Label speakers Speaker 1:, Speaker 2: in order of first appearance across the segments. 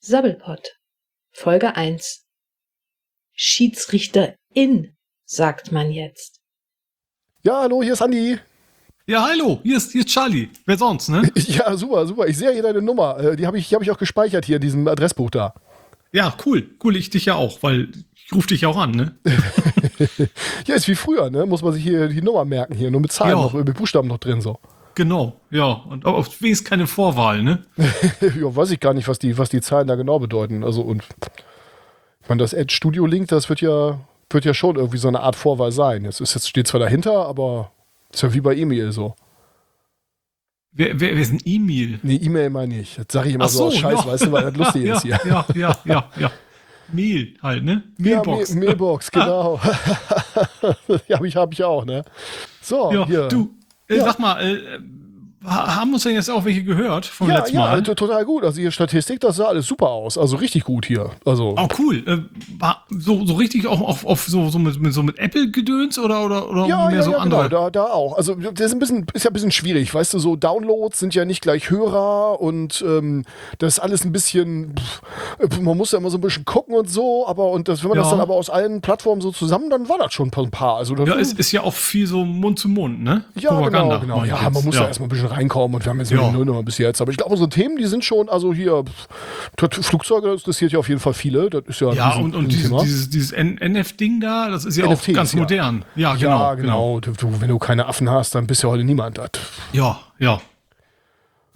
Speaker 1: Sabbelpott. Folge 1. Schiedsrichterin, sagt man jetzt.
Speaker 2: Ja, hallo, hier ist Andi.
Speaker 3: Ja, hallo, hier ist, hier ist Charlie. Wer sonst, ne?
Speaker 2: Ja, super, super. Ich sehe hier deine Nummer. Äh, Die habe ich, die hab ich auch gespeichert hier in diesem Adressbuch da.
Speaker 3: Ja, cool. Cool, ich dich ja auch, weil ich rufe dich ja auch an, ne?
Speaker 2: Ja, ist wie früher, ne? Muss man sich hier die Nummer merken hier, nur mit Zahlen
Speaker 3: Ja.
Speaker 2: noch, äh, mit Buchstaben noch drin so.
Speaker 3: Genau, ja. Und aber auf wenigstens keine Vorwahl, ne?
Speaker 2: ja, weiß ich gar nicht, was die, was die Zahlen da genau bedeuten. Also und ich meine, das Ad Studio Link, das wird ja, wird ja schon irgendwie so eine Art Vorwahl sein. Es ist jetzt steht zwar dahinter, aber ist ja wie bei E-Mail so.
Speaker 3: Wer, wer, wer ist ein Emil?
Speaker 2: Nee, E-Mail meine ich. Das sage ich immer
Speaker 3: Ach
Speaker 2: so, aus Scheiß,
Speaker 3: ja.
Speaker 2: weißt du, weil das lustig
Speaker 3: ja,
Speaker 2: ist hier.
Speaker 3: Ja, ja, ja, ja. Mail halt, ne? Mailbox. Ah.
Speaker 2: Ja, Ma- Mailbox, genau. ja, hab ich, hab ich auch, ne? So,
Speaker 3: Ja,
Speaker 2: hier.
Speaker 3: du, äh,
Speaker 2: Ja.
Speaker 3: sag mal, äh, ha- haben uns denn jetzt auch welche gehört vom
Speaker 2: ja,
Speaker 3: letzten
Speaker 2: ja
Speaker 3: Mal?
Speaker 2: also, total gut. Also, hier Statistik, das sah alles super aus. Also, richtig gut hier. Also,
Speaker 3: Oh, cool. Äh, war so, so richtig auch auf, auf so, so, mit, mit, so mit Apple-Gedöns oder, oder, oder
Speaker 2: ja,
Speaker 3: mehr
Speaker 2: ja,
Speaker 3: so
Speaker 2: ja,
Speaker 3: andere?
Speaker 2: genau, da, da auch. Also, das ist, ein bisschen, ist ja ein bisschen schwierig, weißt du, so Downloads sind ja nicht gleich Hörer und ähm, das ist alles ein bisschen, pff, man muss ja immer so ein bisschen gucken und so, aber und das, wenn man
Speaker 3: Ja.
Speaker 2: das dann aber aus allen Plattformen so zusammen, dann war das schon ein paar. Also, das
Speaker 3: Ja, es ist ja auch viel so Mund zu Mund, ne?
Speaker 2: Ja, genau, genau.
Speaker 3: meine ich
Speaker 2: Ja,
Speaker 3: jetzt.
Speaker 2: man muss ja. erstmal ein bisschen reinkommen und wir haben jetzt
Speaker 3: Ja.
Speaker 2: nur noch bis jetzt. Aber ich glaube, unsere Themen, die sind schon, also hier, pff, Tat- Flugzeuge, das interessiert ja auf jeden Fall viele. Das ist ja, ein
Speaker 3: Ja,
Speaker 2: riesen-
Speaker 3: und, und
Speaker 2: riesen
Speaker 3: dieses,
Speaker 2: Thema.
Speaker 3: dieses, dieses N- NF-Ding da, das ist ja auch
Speaker 2: NFTs,
Speaker 3: ganz
Speaker 2: ja.
Speaker 3: modern. Ja, genau.
Speaker 2: ja, genau. Du, wenn du keine Affen hast, dann bist ja heute niemand. Das.
Speaker 3: Ja, ja.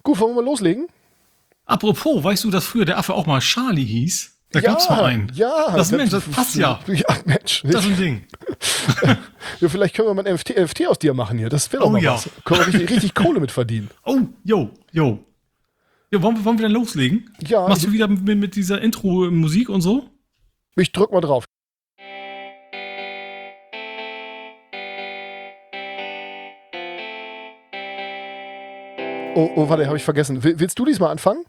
Speaker 2: Gut, wollen wir mal loslegen?
Speaker 3: Apropos, weißt du, dass früher der Affe auch mal Charlie hieß? Da gab's mal einen.
Speaker 2: Ja,
Speaker 3: Das Mensch, das passt ja.
Speaker 2: Ja, Mensch.
Speaker 3: Das ist ein Ding.
Speaker 2: ja, vielleicht können wir mal ein NFT, NFT aus dir machen hier. Das wäre doch
Speaker 3: Oh,
Speaker 2: mal
Speaker 3: ja.
Speaker 2: was. Können wir richtig, richtig Kohle mit verdienen.
Speaker 3: Oh, yo, yo. Ja, wollen, wir- wollen wir dann loslegen?
Speaker 2: Ja,
Speaker 3: Machst
Speaker 2: ich,
Speaker 3: du wieder mit, mit dieser Intro-Musik und so?
Speaker 2: ich drück mal drauf. Oh, oh warte, habe ich vergessen. Will- Willst du diesmal anfangen?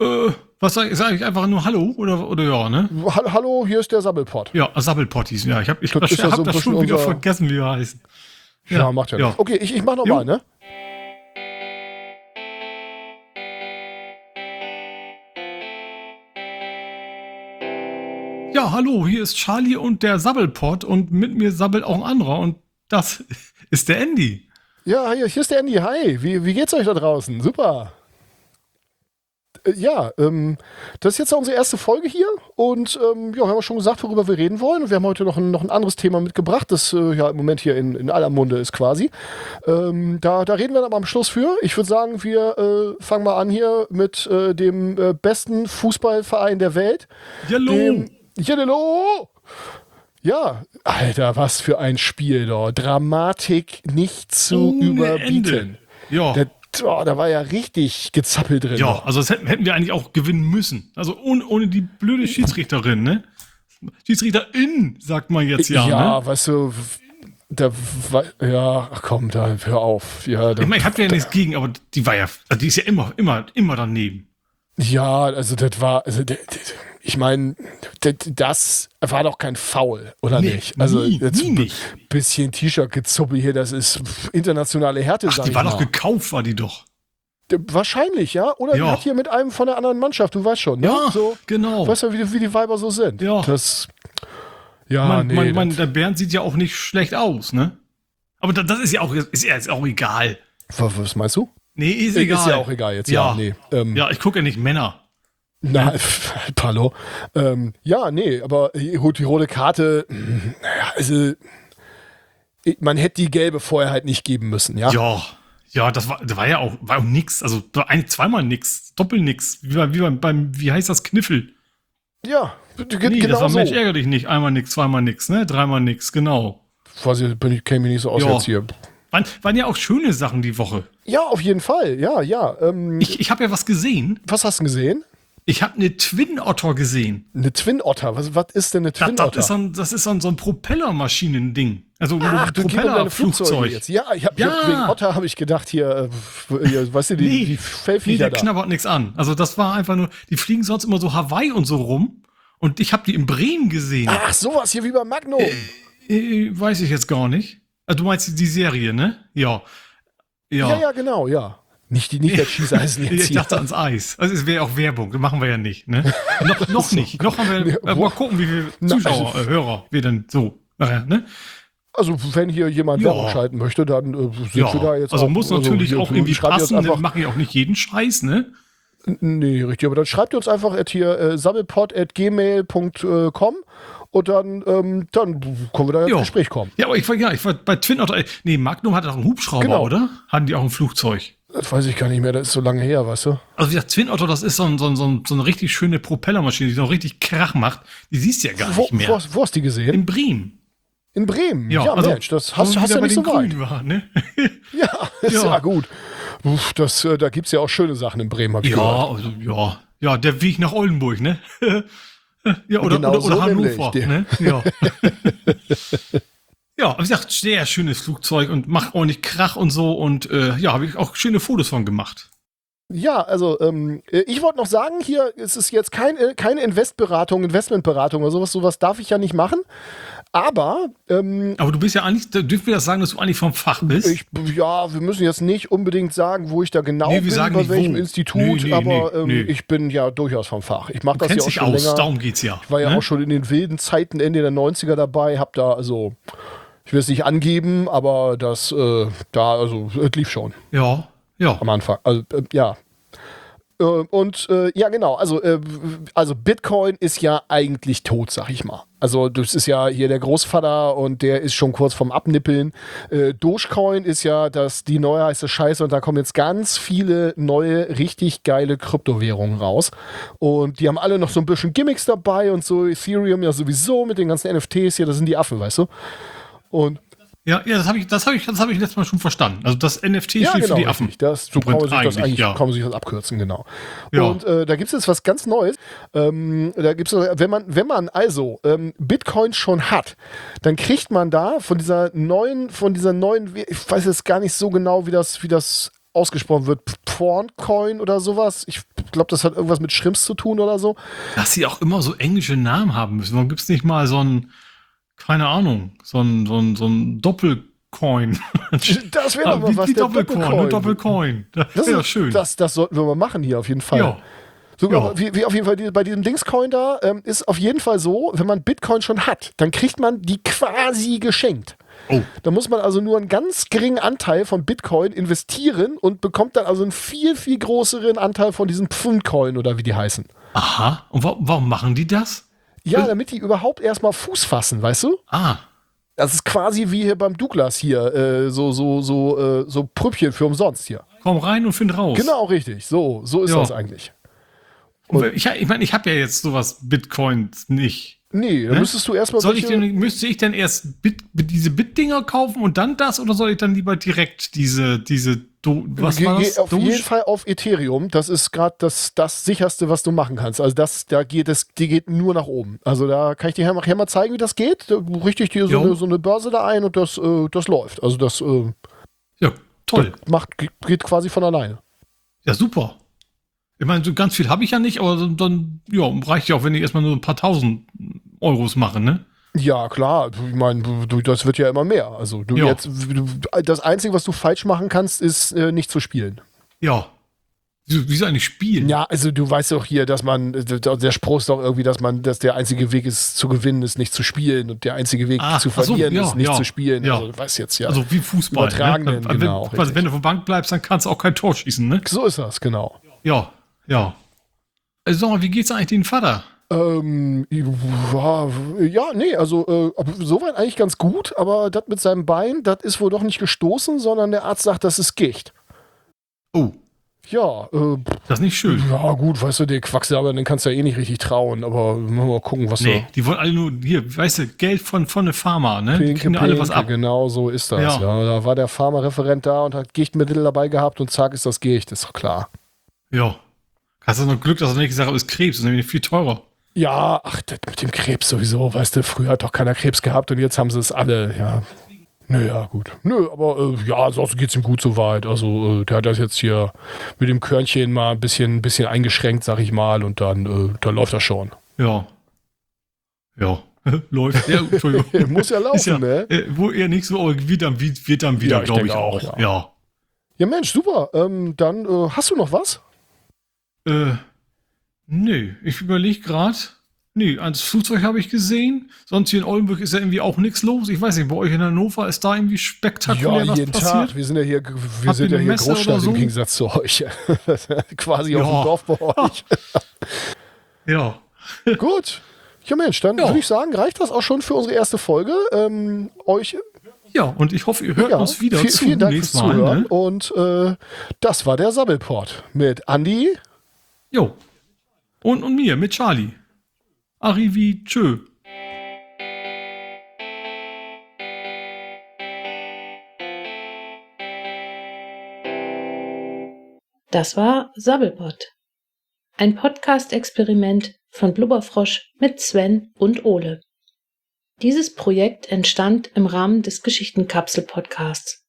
Speaker 3: Äh, was sag, sag ich einfach nur Hallo oder, oder ja, ne?
Speaker 2: Ha- Hallo, hier ist der Sabbelpot.
Speaker 3: Ja, Sabbelpotties. Ja, ich habe ich,
Speaker 2: Das ist
Speaker 3: ich
Speaker 2: ja so
Speaker 3: hab
Speaker 2: ein
Speaker 3: das
Speaker 2: bisschen
Speaker 3: schon wieder
Speaker 2: unser-
Speaker 3: vergessen, wie wir heißen.
Speaker 2: Ja, macht ja, nichts. Okay, ich, ich mach
Speaker 3: Jo.
Speaker 2: nochmal, ne?
Speaker 3: Ja, hallo, hier ist Charlie und der Sabbelpot und mit mir sabbelt auch ein anderer und das ist der Andy.
Speaker 2: Ja, hier, hier ist der Andy. Hi, wie, wie geht's euch da draußen? Super. Äh, Ja, ähm, das ist jetzt auch unsere erste Folge hier und ähm, ja, wir haben schon gesagt, worüber wir reden wollen. Und wir haben heute noch ein, noch ein anderes Thema mitgebracht, das äh, ja im Moment hier in, in aller Munde ist quasi. Ähm, da, da reden wir dann aber am Schluss für. Ich würde sagen, wir äh, fangen mal an hier mit äh, dem äh, besten Fußballverein der Welt.
Speaker 3: Hallo.
Speaker 2: Dem Jeddelo! Ähm, Ja, Alter, was für ein Spiel da. Dramatik nicht zu
Speaker 3: Ohne
Speaker 2: überbieten.
Speaker 3: Ende. Ja.
Speaker 2: Da, oh, da war ja richtig gezappelt drin.
Speaker 3: ja, also das hätten, hätten wir eigentlich auch gewinnen müssen. Also ohne, ohne die blöde Schiedsrichterin, ne? Schiedsrichterin, sagt man jetzt ja,
Speaker 2: ja,
Speaker 3: ne?
Speaker 2: weißt du, da war, ja, ach komm, da hör auf. Ja, da,
Speaker 3: Ich meine, ich habe ja nichts gegen, aber die war ja, also die ist ja immer, immer, immer daneben.
Speaker 2: ja also das war, also, das- das- ich meine, das, das war doch kein Foul, oder
Speaker 3: Nee,
Speaker 2: nicht? Also,
Speaker 3: nie,
Speaker 2: jetzt
Speaker 3: nie
Speaker 2: ein bi-
Speaker 3: nicht.
Speaker 2: bisschen T-Shirt-Gezuppel hier, das ist internationale Härte,
Speaker 3: Ach,
Speaker 2: sag
Speaker 3: die
Speaker 2: ich
Speaker 3: war
Speaker 2: mal.
Speaker 3: doch gekauft, war die doch.
Speaker 2: D- Wahrscheinlich, ja. Oder
Speaker 3: Ja.
Speaker 2: die hat hier mit einem von der anderen Mannschaft, du weißt schon, ne?
Speaker 3: Ja,
Speaker 2: so,
Speaker 3: genau.
Speaker 2: Weißt du, wie, die- wie die Weiber so sind?
Speaker 3: Ja.
Speaker 2: Das. Ja,
Speaker 3: man,
Speaker 2: Ah, nee.
Speaker 3: man, man,
Speaker 2: das-
Speaker 3: der Bernd sieht ja auch nicht schlecht aus, ne? Aber da, das ist ja auch, ist ja jetzt auch egal.
Speaker 2: Wa- was meinst du?
Speaker 3: Nee, ist egal.
Speaker 2: Ist ja auch egal jetzt. Ja,
Speaker 3: Ja.
Speaker 2: nee. Ähm,
Speaker 3: Ja, ich gucke ja nicht Männer.
Speaker 2: Na, Palo. Ähm, ja, nee, aber äh, gut, die rote Karte, mh, naja, also. ich- Man hätte die gelbe vorher halt nicht geben müssen, ja?
Speaker 3: Ja, ja, das war, das war ja auch, war auch nix. Also da war ein, zweimal nix, doppel nix. Wie, bei- wie beim, beim, wie heißt das Kniffel?
Speaker 2: Ja, ge-
Speaker 3: Nee,
Speaker 2: genau
Speaker 3: das war
Speaker 2: so.
Speaker 3: Mensch, ärgere dich nicht. Einmal nix, zweimal nix, ne? Dreimal nix, genau.
Speaker 2: Weiß ich, bin ich, kenn mich nicht so aus
Speaker 3: Ja.
Speaker 2: jetzt hier.
Speaker 3: Waren, waren ja auch schöne Sachen die Woche.
Speaker 2: Ja, auf jeden Fall, ja, ja. Ähm,
Speaker 3: Ich, ich habe ja was gesehen.
Speaker 2: was hast du denn gesehen?
Speaker 3: Ich habe eine Twin Otter gesehen.
Speaker 2: Eine Twin Otter. Was, was ist denn eine
Speaker 3: Das,
Speaker 2: Twin
Speaker 3: das
Speaker 2: Otter?
Speaker 3: ist so ein, das ist so ein, so ein Propellermaschinending. Also
Speaker 2: Ach, du gehst um deine Flugzeuge jetzt. Ja, ich hab, ich
Speaker 3: Ja.
Speaker 2: hab, wegen Otter habe ich gedacht, hier, äh, hier, weißt du, die,
Speaker 3: Nee.
Speaker 2: die
Speaker 3: Nee,
Speaker 2: Fellviecher
Speaker 3: der
Speaker 2: da.
Speaker 3: knabbert nichts an. Also das war einfach nur, die fliegen sonst immer so Hawaii und so rum. Und ich habe die in Bremen gesehen.
Speaker 2: Ach, sowas hier wie bei Magnum.
Speaker 3: Äh, Ah, weiß ich jetzt gar nicht. Also du meinst die- die Serie, ne? Ja. Ja.
Speaker 2: Ja, ja, genau, ja. Nicht die Niederschießer heißen jetzt
Speaker 3: Ich
Speaker 2: hier.
Speaker 3: dachte ans Eis. Also es wäre auch Werbung, das machen wir ja nicht. Ne? Noch, noch nicht. Noch haben wir.
Speaker 2: Nee,
Speaker 3: äh,
Speaker 2: wo-
Speaker 3: mal gucken, wie viele
Speaker 2: Na,
Speaker 3: Zuschauer, äh, Hörer wir dann so. Nachher, ne?
Speaker 2: Also wenn hier jemand
Speaker 3: Ja.
Speaker 2: Werbung schalten möchte, dann äh, sind wir da jetzt
Speaker 3: also
Speaker 2: auch-
Speaker 3: muss natürlich
Speaker 2: hier,
Speaker 3: auch irgendwie
Speaker 2: schreibt ihr uns
Speaker 3: passen, dann
Speaker 2: Einfach,
Speaker 3: mache ich auch nicht jeden Scheiß, ne?
Speaker 2: nee, richtig. Aber dann schreibt ihr uns einfach at hier äh, sammelpod.gmail.com äh, und dann, ähm, dann können wir da ins
Speaker 3: Jo.
Speaker 2: Gespräch kommen.
Speaker 3: Ja, aber ich war, ja, ich war bei Twin Otter. Nee, Magnum hatte auch einen Hubschrauber,
Speaker 2: Genau.
Speaker 3: oder? Hatten die auch ein Flugzeug?
Speaker 2: Das weiß ich gar nicht mehr, das ist so lange her, weißt du?
Speaker 3: Also wie gesagt, Twin Otter, das ist so, ein, so, ein, so, ein, so eine richtig schöne Propellermaschine, die noch richtig Krach macht. Die siehst du ja gar
Speaker 2: Wo,
Speaker 3: nicht mehr.
Speaker 2: wo, hast- wo hast du die gesehen?
Speaker 3: In Bremen.
Speaker 2: In Bremen.
Speaker 3: Ja,
Speaker 2: Ja,
Speaker 3: also,
Speaker 2: Mensch, das
Speaker 3: wo
Speaker 2: hast,
Speaker 3: wir
Speaker 2: hast
Speaker 3: wieder
Speaker 2: ja
Speaker 3: bei
Speaker 2: nicht
Speaker 3: den
Speaker 2: so weit.
Speaker 3: Grünen waren, ne?
Speaker 2: Ja, ist ja,
Speaker 3: Ja.
Speaker 2: gut. Uff, das, äh, da gibt es ja auch schöne Sachen in Bremen, hab ich
Speaker 3: Ja,
Speaker 2: gehört.
Speaker 3: also, ja. Ja, der Weg nach Oldenburg, ne? ja, oder,
Speaker 2: Genau
Speaker 3: oder, oder
Speaker 2: so
Speaker 3: Hannover,
Speaker 2: nämlich, der-
Speaker 3: ne? Ja. ja, aber wie gesagt, sehr schönes Flugzeug und macht ordentlich Krach und so und äh, ja, habe ich auch schöne Fotos von gemacht.
Speaker 2: Ja, also ähm, äh, ich wollte noch sagen, hier es ist jetzt kein, äh, keine Investberatung, Investmentberatung oder sowas, sowas darf ich ja nicht machen. Aber ähm,
Speaker 3: Aber du bist ja eigentlich, da dürfen wir das sagen, dass du eigentlich vom Fach bist?
Speaker 2: ich, ja, wir müssen jetzt nicht unbedingt sagen, wo ich da genau
Speaker 3: Nee, wir
Speaker 2: bin,
Speaker 3: sagen
Speaker 2: bei
Speaker 3: nicht,
Speaker 2: welchem
Speaker 3: wo.
Speaker 2: Institut,
Speaker 3: Nee, nee,
Speaker 2: aber
Speaker 3: nee,
Speaker 2: ähm,
Speaker 3: nee.
Speaker 2: ich bin ja durchaus vom Fach. Ich mache
Speaker 3: du
Speaker 2: das ja
Speaker 3: kennst
Speaker 2: auch
Speaker 3: dich
Speaker 2: schon
Speaker 3: aus,
Speaker 2: länger.
Speaker 3: darum geht's ja.
Speaker 2: Ich war ja
Speaker 3: ne?
Speaker 2: auch schon in den wilden Zeiten Ende der 90er dabei, hab da also, ich will es nicht angeben, aber das äh, da, also es lief schon.
Speaker 3: Ja, ja.
Speaker 2: am Anfang. Also äh, ja. Äh, Und äh, ja, genau. Also, äh, also Bitcoin ist ja eigentlich tot, sag ich mal. Also das ist ja hier der Großvater und der ist schon kurz vorm Abnippeln. Äh, Dogecoin ist ja das, die neue heiße Scheiße und da kommen jetzt ganz viele neue, richtig geile Kryptowährungen raus. Und die haben alle noch so ein bisschen Gimmicks dabei und so Ethereum ja sowieso mit den ganzen NFTs hier, das sind die Affen, weißt du? Und
Speaker 3: Ja, ja, das habe ich, das habe ich, das habe ich letztes Mal schon verstanden. Also das NFT steht für die
Speaker 2: genau,
Speaker 3: Affen.
Speaker 2: richtig. Das, so
Speaker 3: Im
Speaker 2: kann man sich
Speaker 3: Prinzip
Speaker 2: das eigentlich
Speaker 3: ja.
Speaker 2: kann man sich das abkürzen, genau.
Speaker 3: Ja.
Speaker 2: Und äh, da gibt es jetzt was ganz Neues. Ähm, da gibt's, wenn man, wenn man also ähm, Bitcoin schon hat, dann kriegt man da von dieser neuen, von dieser neuen, ich weiß jetzt gar nicht so genau, wie das, wie das ausgesprochen wird, Porncoin oder sowas. Ich glaube, das hat irgendwas mit Schrimps zu tun oder so.
Speaker 3: Dass sie auch immer so englische Namen haben müssen. Warum gibt's nicht mal so ein, keine Ahnung, so ein, so ein, so ein Doppelcoin?
Speaker 2: Das wäre doch mal was.
Speaker 3: wie
Speaker 2: der
Speaker 3: Doppelcoin, ne? Doppelcoin. Das
Speaker 2: Das,
Speaker 3: ist ja
Speaker 2: ist-
Speaker 3: schön.
Speaker 2: das, das sollten wir mal machen hier auf jeden Fall.
Speaker 3: Ja.
Speaker 2: So,
Speaker 3: Ja.
Speaker 2: wie, wie auf jeden Fall die- bei diesem Dingscoin da ähm, ist auf jeden Fall so, wenn man Bitcoin schon hat, dann kriegt man die quasi geschenkt.
Speaker 3: Oh,
Speaker 2: Da muss man also nur einen ganz geringen Anteil von Bitcoin investieren und bekommt dann also einen viel, viel größeren Anteil von diesen Pfundcoin oder wie die heißen.
Speaker 3: aha. Und wa warum machen die das?
Speaker 2: Ja, damit die überhaupt erstmal Fuß fassen, weißt du?
Speaker 3: Ah,
Speaker 2: Das ist quasi wie hier beim Douglas hier, äh, so, so, so, äh, so Prüppchen für umsonst hier.
Speaker 3: komm rein und find raus.
Speaker 2: Genau, richtig. So, so ist
Speaker 3: Ja.
Speaker 2: das eigentlich.
Speaker 3: Und ich ich meine, ich habe ja jetzt sowas Bitcoins nicht.
Speaker 2: Nee, da müsstest du erstmal
Speaker 3: Soll ich
Speaker 2: welche-
Speaker 3: denn, müsste ich denn erst Bit, diese Bitdinger kaufen und dann das oder soll ich dann lieber direkt diese, diese, Do, was
Speaker 2: Ge-
Speaker 3: war
Speaker 2: ge-
Speaker 3: das?
Speaker 2: Auf
Speaker 3: Doge?
Speaker 2: jeden Fall auf Ethereum. Das ist gerade das, das sicherste, was du machen kannst. Also das, da geht es, die geht nur nach oben. Also da kann ich dir nachher mal zeigen, wie das geht. Da richte ich dir so
Speaker 3: Jo.
Speaker 2: eine, so eine Börse da ein und das, äh, das läuft. Also das äh,
Speaker 3: Ja, toll.
Speaker 2: macht, ge- geht quasi von alleine.
Speaker 3: Ja, super. Ich meine, so ganz viel habe ich ja nicht, aber so- dann, ja, reicht ja auch, wenn ich erstmal nur ein paar tausend Euros mache, ne?
Speaker 2: Ja, klar. Ich meine, du- das wird ja immer mehr. Also du
Speaker 3: Ja.
Speaker 2: jetzt, du, das Einzige, was du falsch machen kannst, ist äh, nicht zu spielen.
Speaker 3: Ja. Wieso, wieso eigentlich spielen?
Speaker 2: Ja, also du weißt doch hier, dass man, äh, der Spruch ist doch irgendwie, dass man, dass der einzige Weg ist zu gewinnen, ist nicht zu spielen und der einzige Weg
Speaker 3: Ah,
Speaker 2: zu
Speaker 3: ach so,
Speaker 2: verlieren
Speaker 3: ja,
Speaker 2: ist nicht
Speaker 3: ja,
Speaker 2: zu spielen.
Speaker 3: ja.
Speaker 2: Also du weißt jetzt ja.
Speaker 3: Also wie Fußball.
Speaker 2: Übertragenen,
Speaker 3: ne? wenn,
Speaker 2: genau,
Speaker 3: wenn, also
Speaker 2: richtig.
Speaker 3: wenn du auf der Bank bleibst, dann kannst du auch kein Tor schießen, ne?
Speaker 2: so ist das, genau.
Speaker 3: Ja, ja. Also sag mal, wie geht's eigentlich den Vater?
Speaker 2: Ähm, ja, ja, nee, also äh, ab- soweit eigentlich ganz gut, aber das mit seinem Bein, das ist wohl doch nicht gestoßen, sondern der Arzt sagt, das ist Gicht.
Speaker 3: Oh,
Speaker 2: Ja, äh,
Speaker 3: das ist nicht schön.
Speaker 2: ja gut, weißt du, der Quacksalber, den kannst du ja eh nicht richtig trauen, aber mal gucken, was
Speaker 3: Nee, die wollen alle nur, hier, weißt du, Geld von, von der Pharma, ne?
Speaker 2: da...
Speaker 3: die kriegen ja alle was ab.
Speaker 2: genau so ist das.
Speaker 3: Ja.
Speaker 2: Ja. da war der Pharmareferent da und hat Gichtmittel dabei gehabt und zack ist das Gicht, ist doch klar.
Speaker 3: Ja. Hast du noch Glück, dass er nicht gesagt hat, ist Krebs, ist nämlich viel teurer.
Speaker 2: Ja, ach, das mit dem Krebs sowieso, weißt du, früher hat doch keiner Krebs gehabt und jetzt haben sie es alle, ja. Naja, gut. Nö, aber äh, ja, sonst geht's ihm gut soweit. Also, äh, der hat das jetzt hier mit dem Körnchen mal ein bisschen, bisschen eingeschränkt, sag ich mal, und dann, äh, dann läuft das schon.
Speaker 3: Ja. Ja. Läuft. Ja, Entschuldigung.
Speaker 2: Muss ja laufen,
Speaker 3: Ist ja,
Speaker 2: ne?
Speaker 3: äh, Wo eher nicht so, aber wird dann, wie- wird dann wieder,
Speaker 2: Ja, ich
Speaker 3: glaube ich,
Speaker 2: denke
Speaker 3: auch.
Speaker 2: auch,
Speaker 3: Ja.
Speaker 2: Ja, Mensch, super. Ähm, dann äh, hast du noch was?
Speaker 3: Äh, nö, ich überlege gerade. Nee, ans also Flugzeug habe ich gesehen. Sonst hier in Oldenburg ist ja irgendwie auch nichts los. Ich weiß nicht, bei euch in Hannover ist da irgendwie spektakulär was passiert.
Speaker 2: Wir sind ja hier, wir
Speaker 3: Habt
Speaker 2: sind ja
Speaker 3: ihr eine
Speaker 2: hier
Speaker 3: Messe oder
Speaker 2: Großstadt
Speaker 3: so?
Speaker 2: im Gegensatz zu euch. Quasi
Speaker 3: Ja.
Speaker 2: auf dem Dorf bei euch.
Speaker 3: Ja.
Speaker 2: Gut. Ja, Mensch, dann
Speaker 3: Ja.
Speaker 2: würde ich sagen, reicht das auch schon für unsere erste Folge. Ähm, euch
Speaker 3: Ja, und ich hoffe, ihr hört
Speaker 2: ja,
Speaker 3: uns wieder
Speaker 2: viel,
Speaker 3: zu
Speaker 2: vielen Dank fürs
Speaker 3: nächstes Mal.
Speaker 2: Zuhören.
Speaker 3: Ne?
Speaker 2: Und äh, das war der Sabbelport mit Andi.
Speaker 3: Jo. Und, und mir, mit Charlie. Arrivi, tschö.
Speaker 1: Das war Sabbelbot. Ein Podcast-Experiment von Blubberfrosch mit Sven und Ole. Dieses Projekt entstand im Rahmen des Geschichtenkapsel-Podcasts.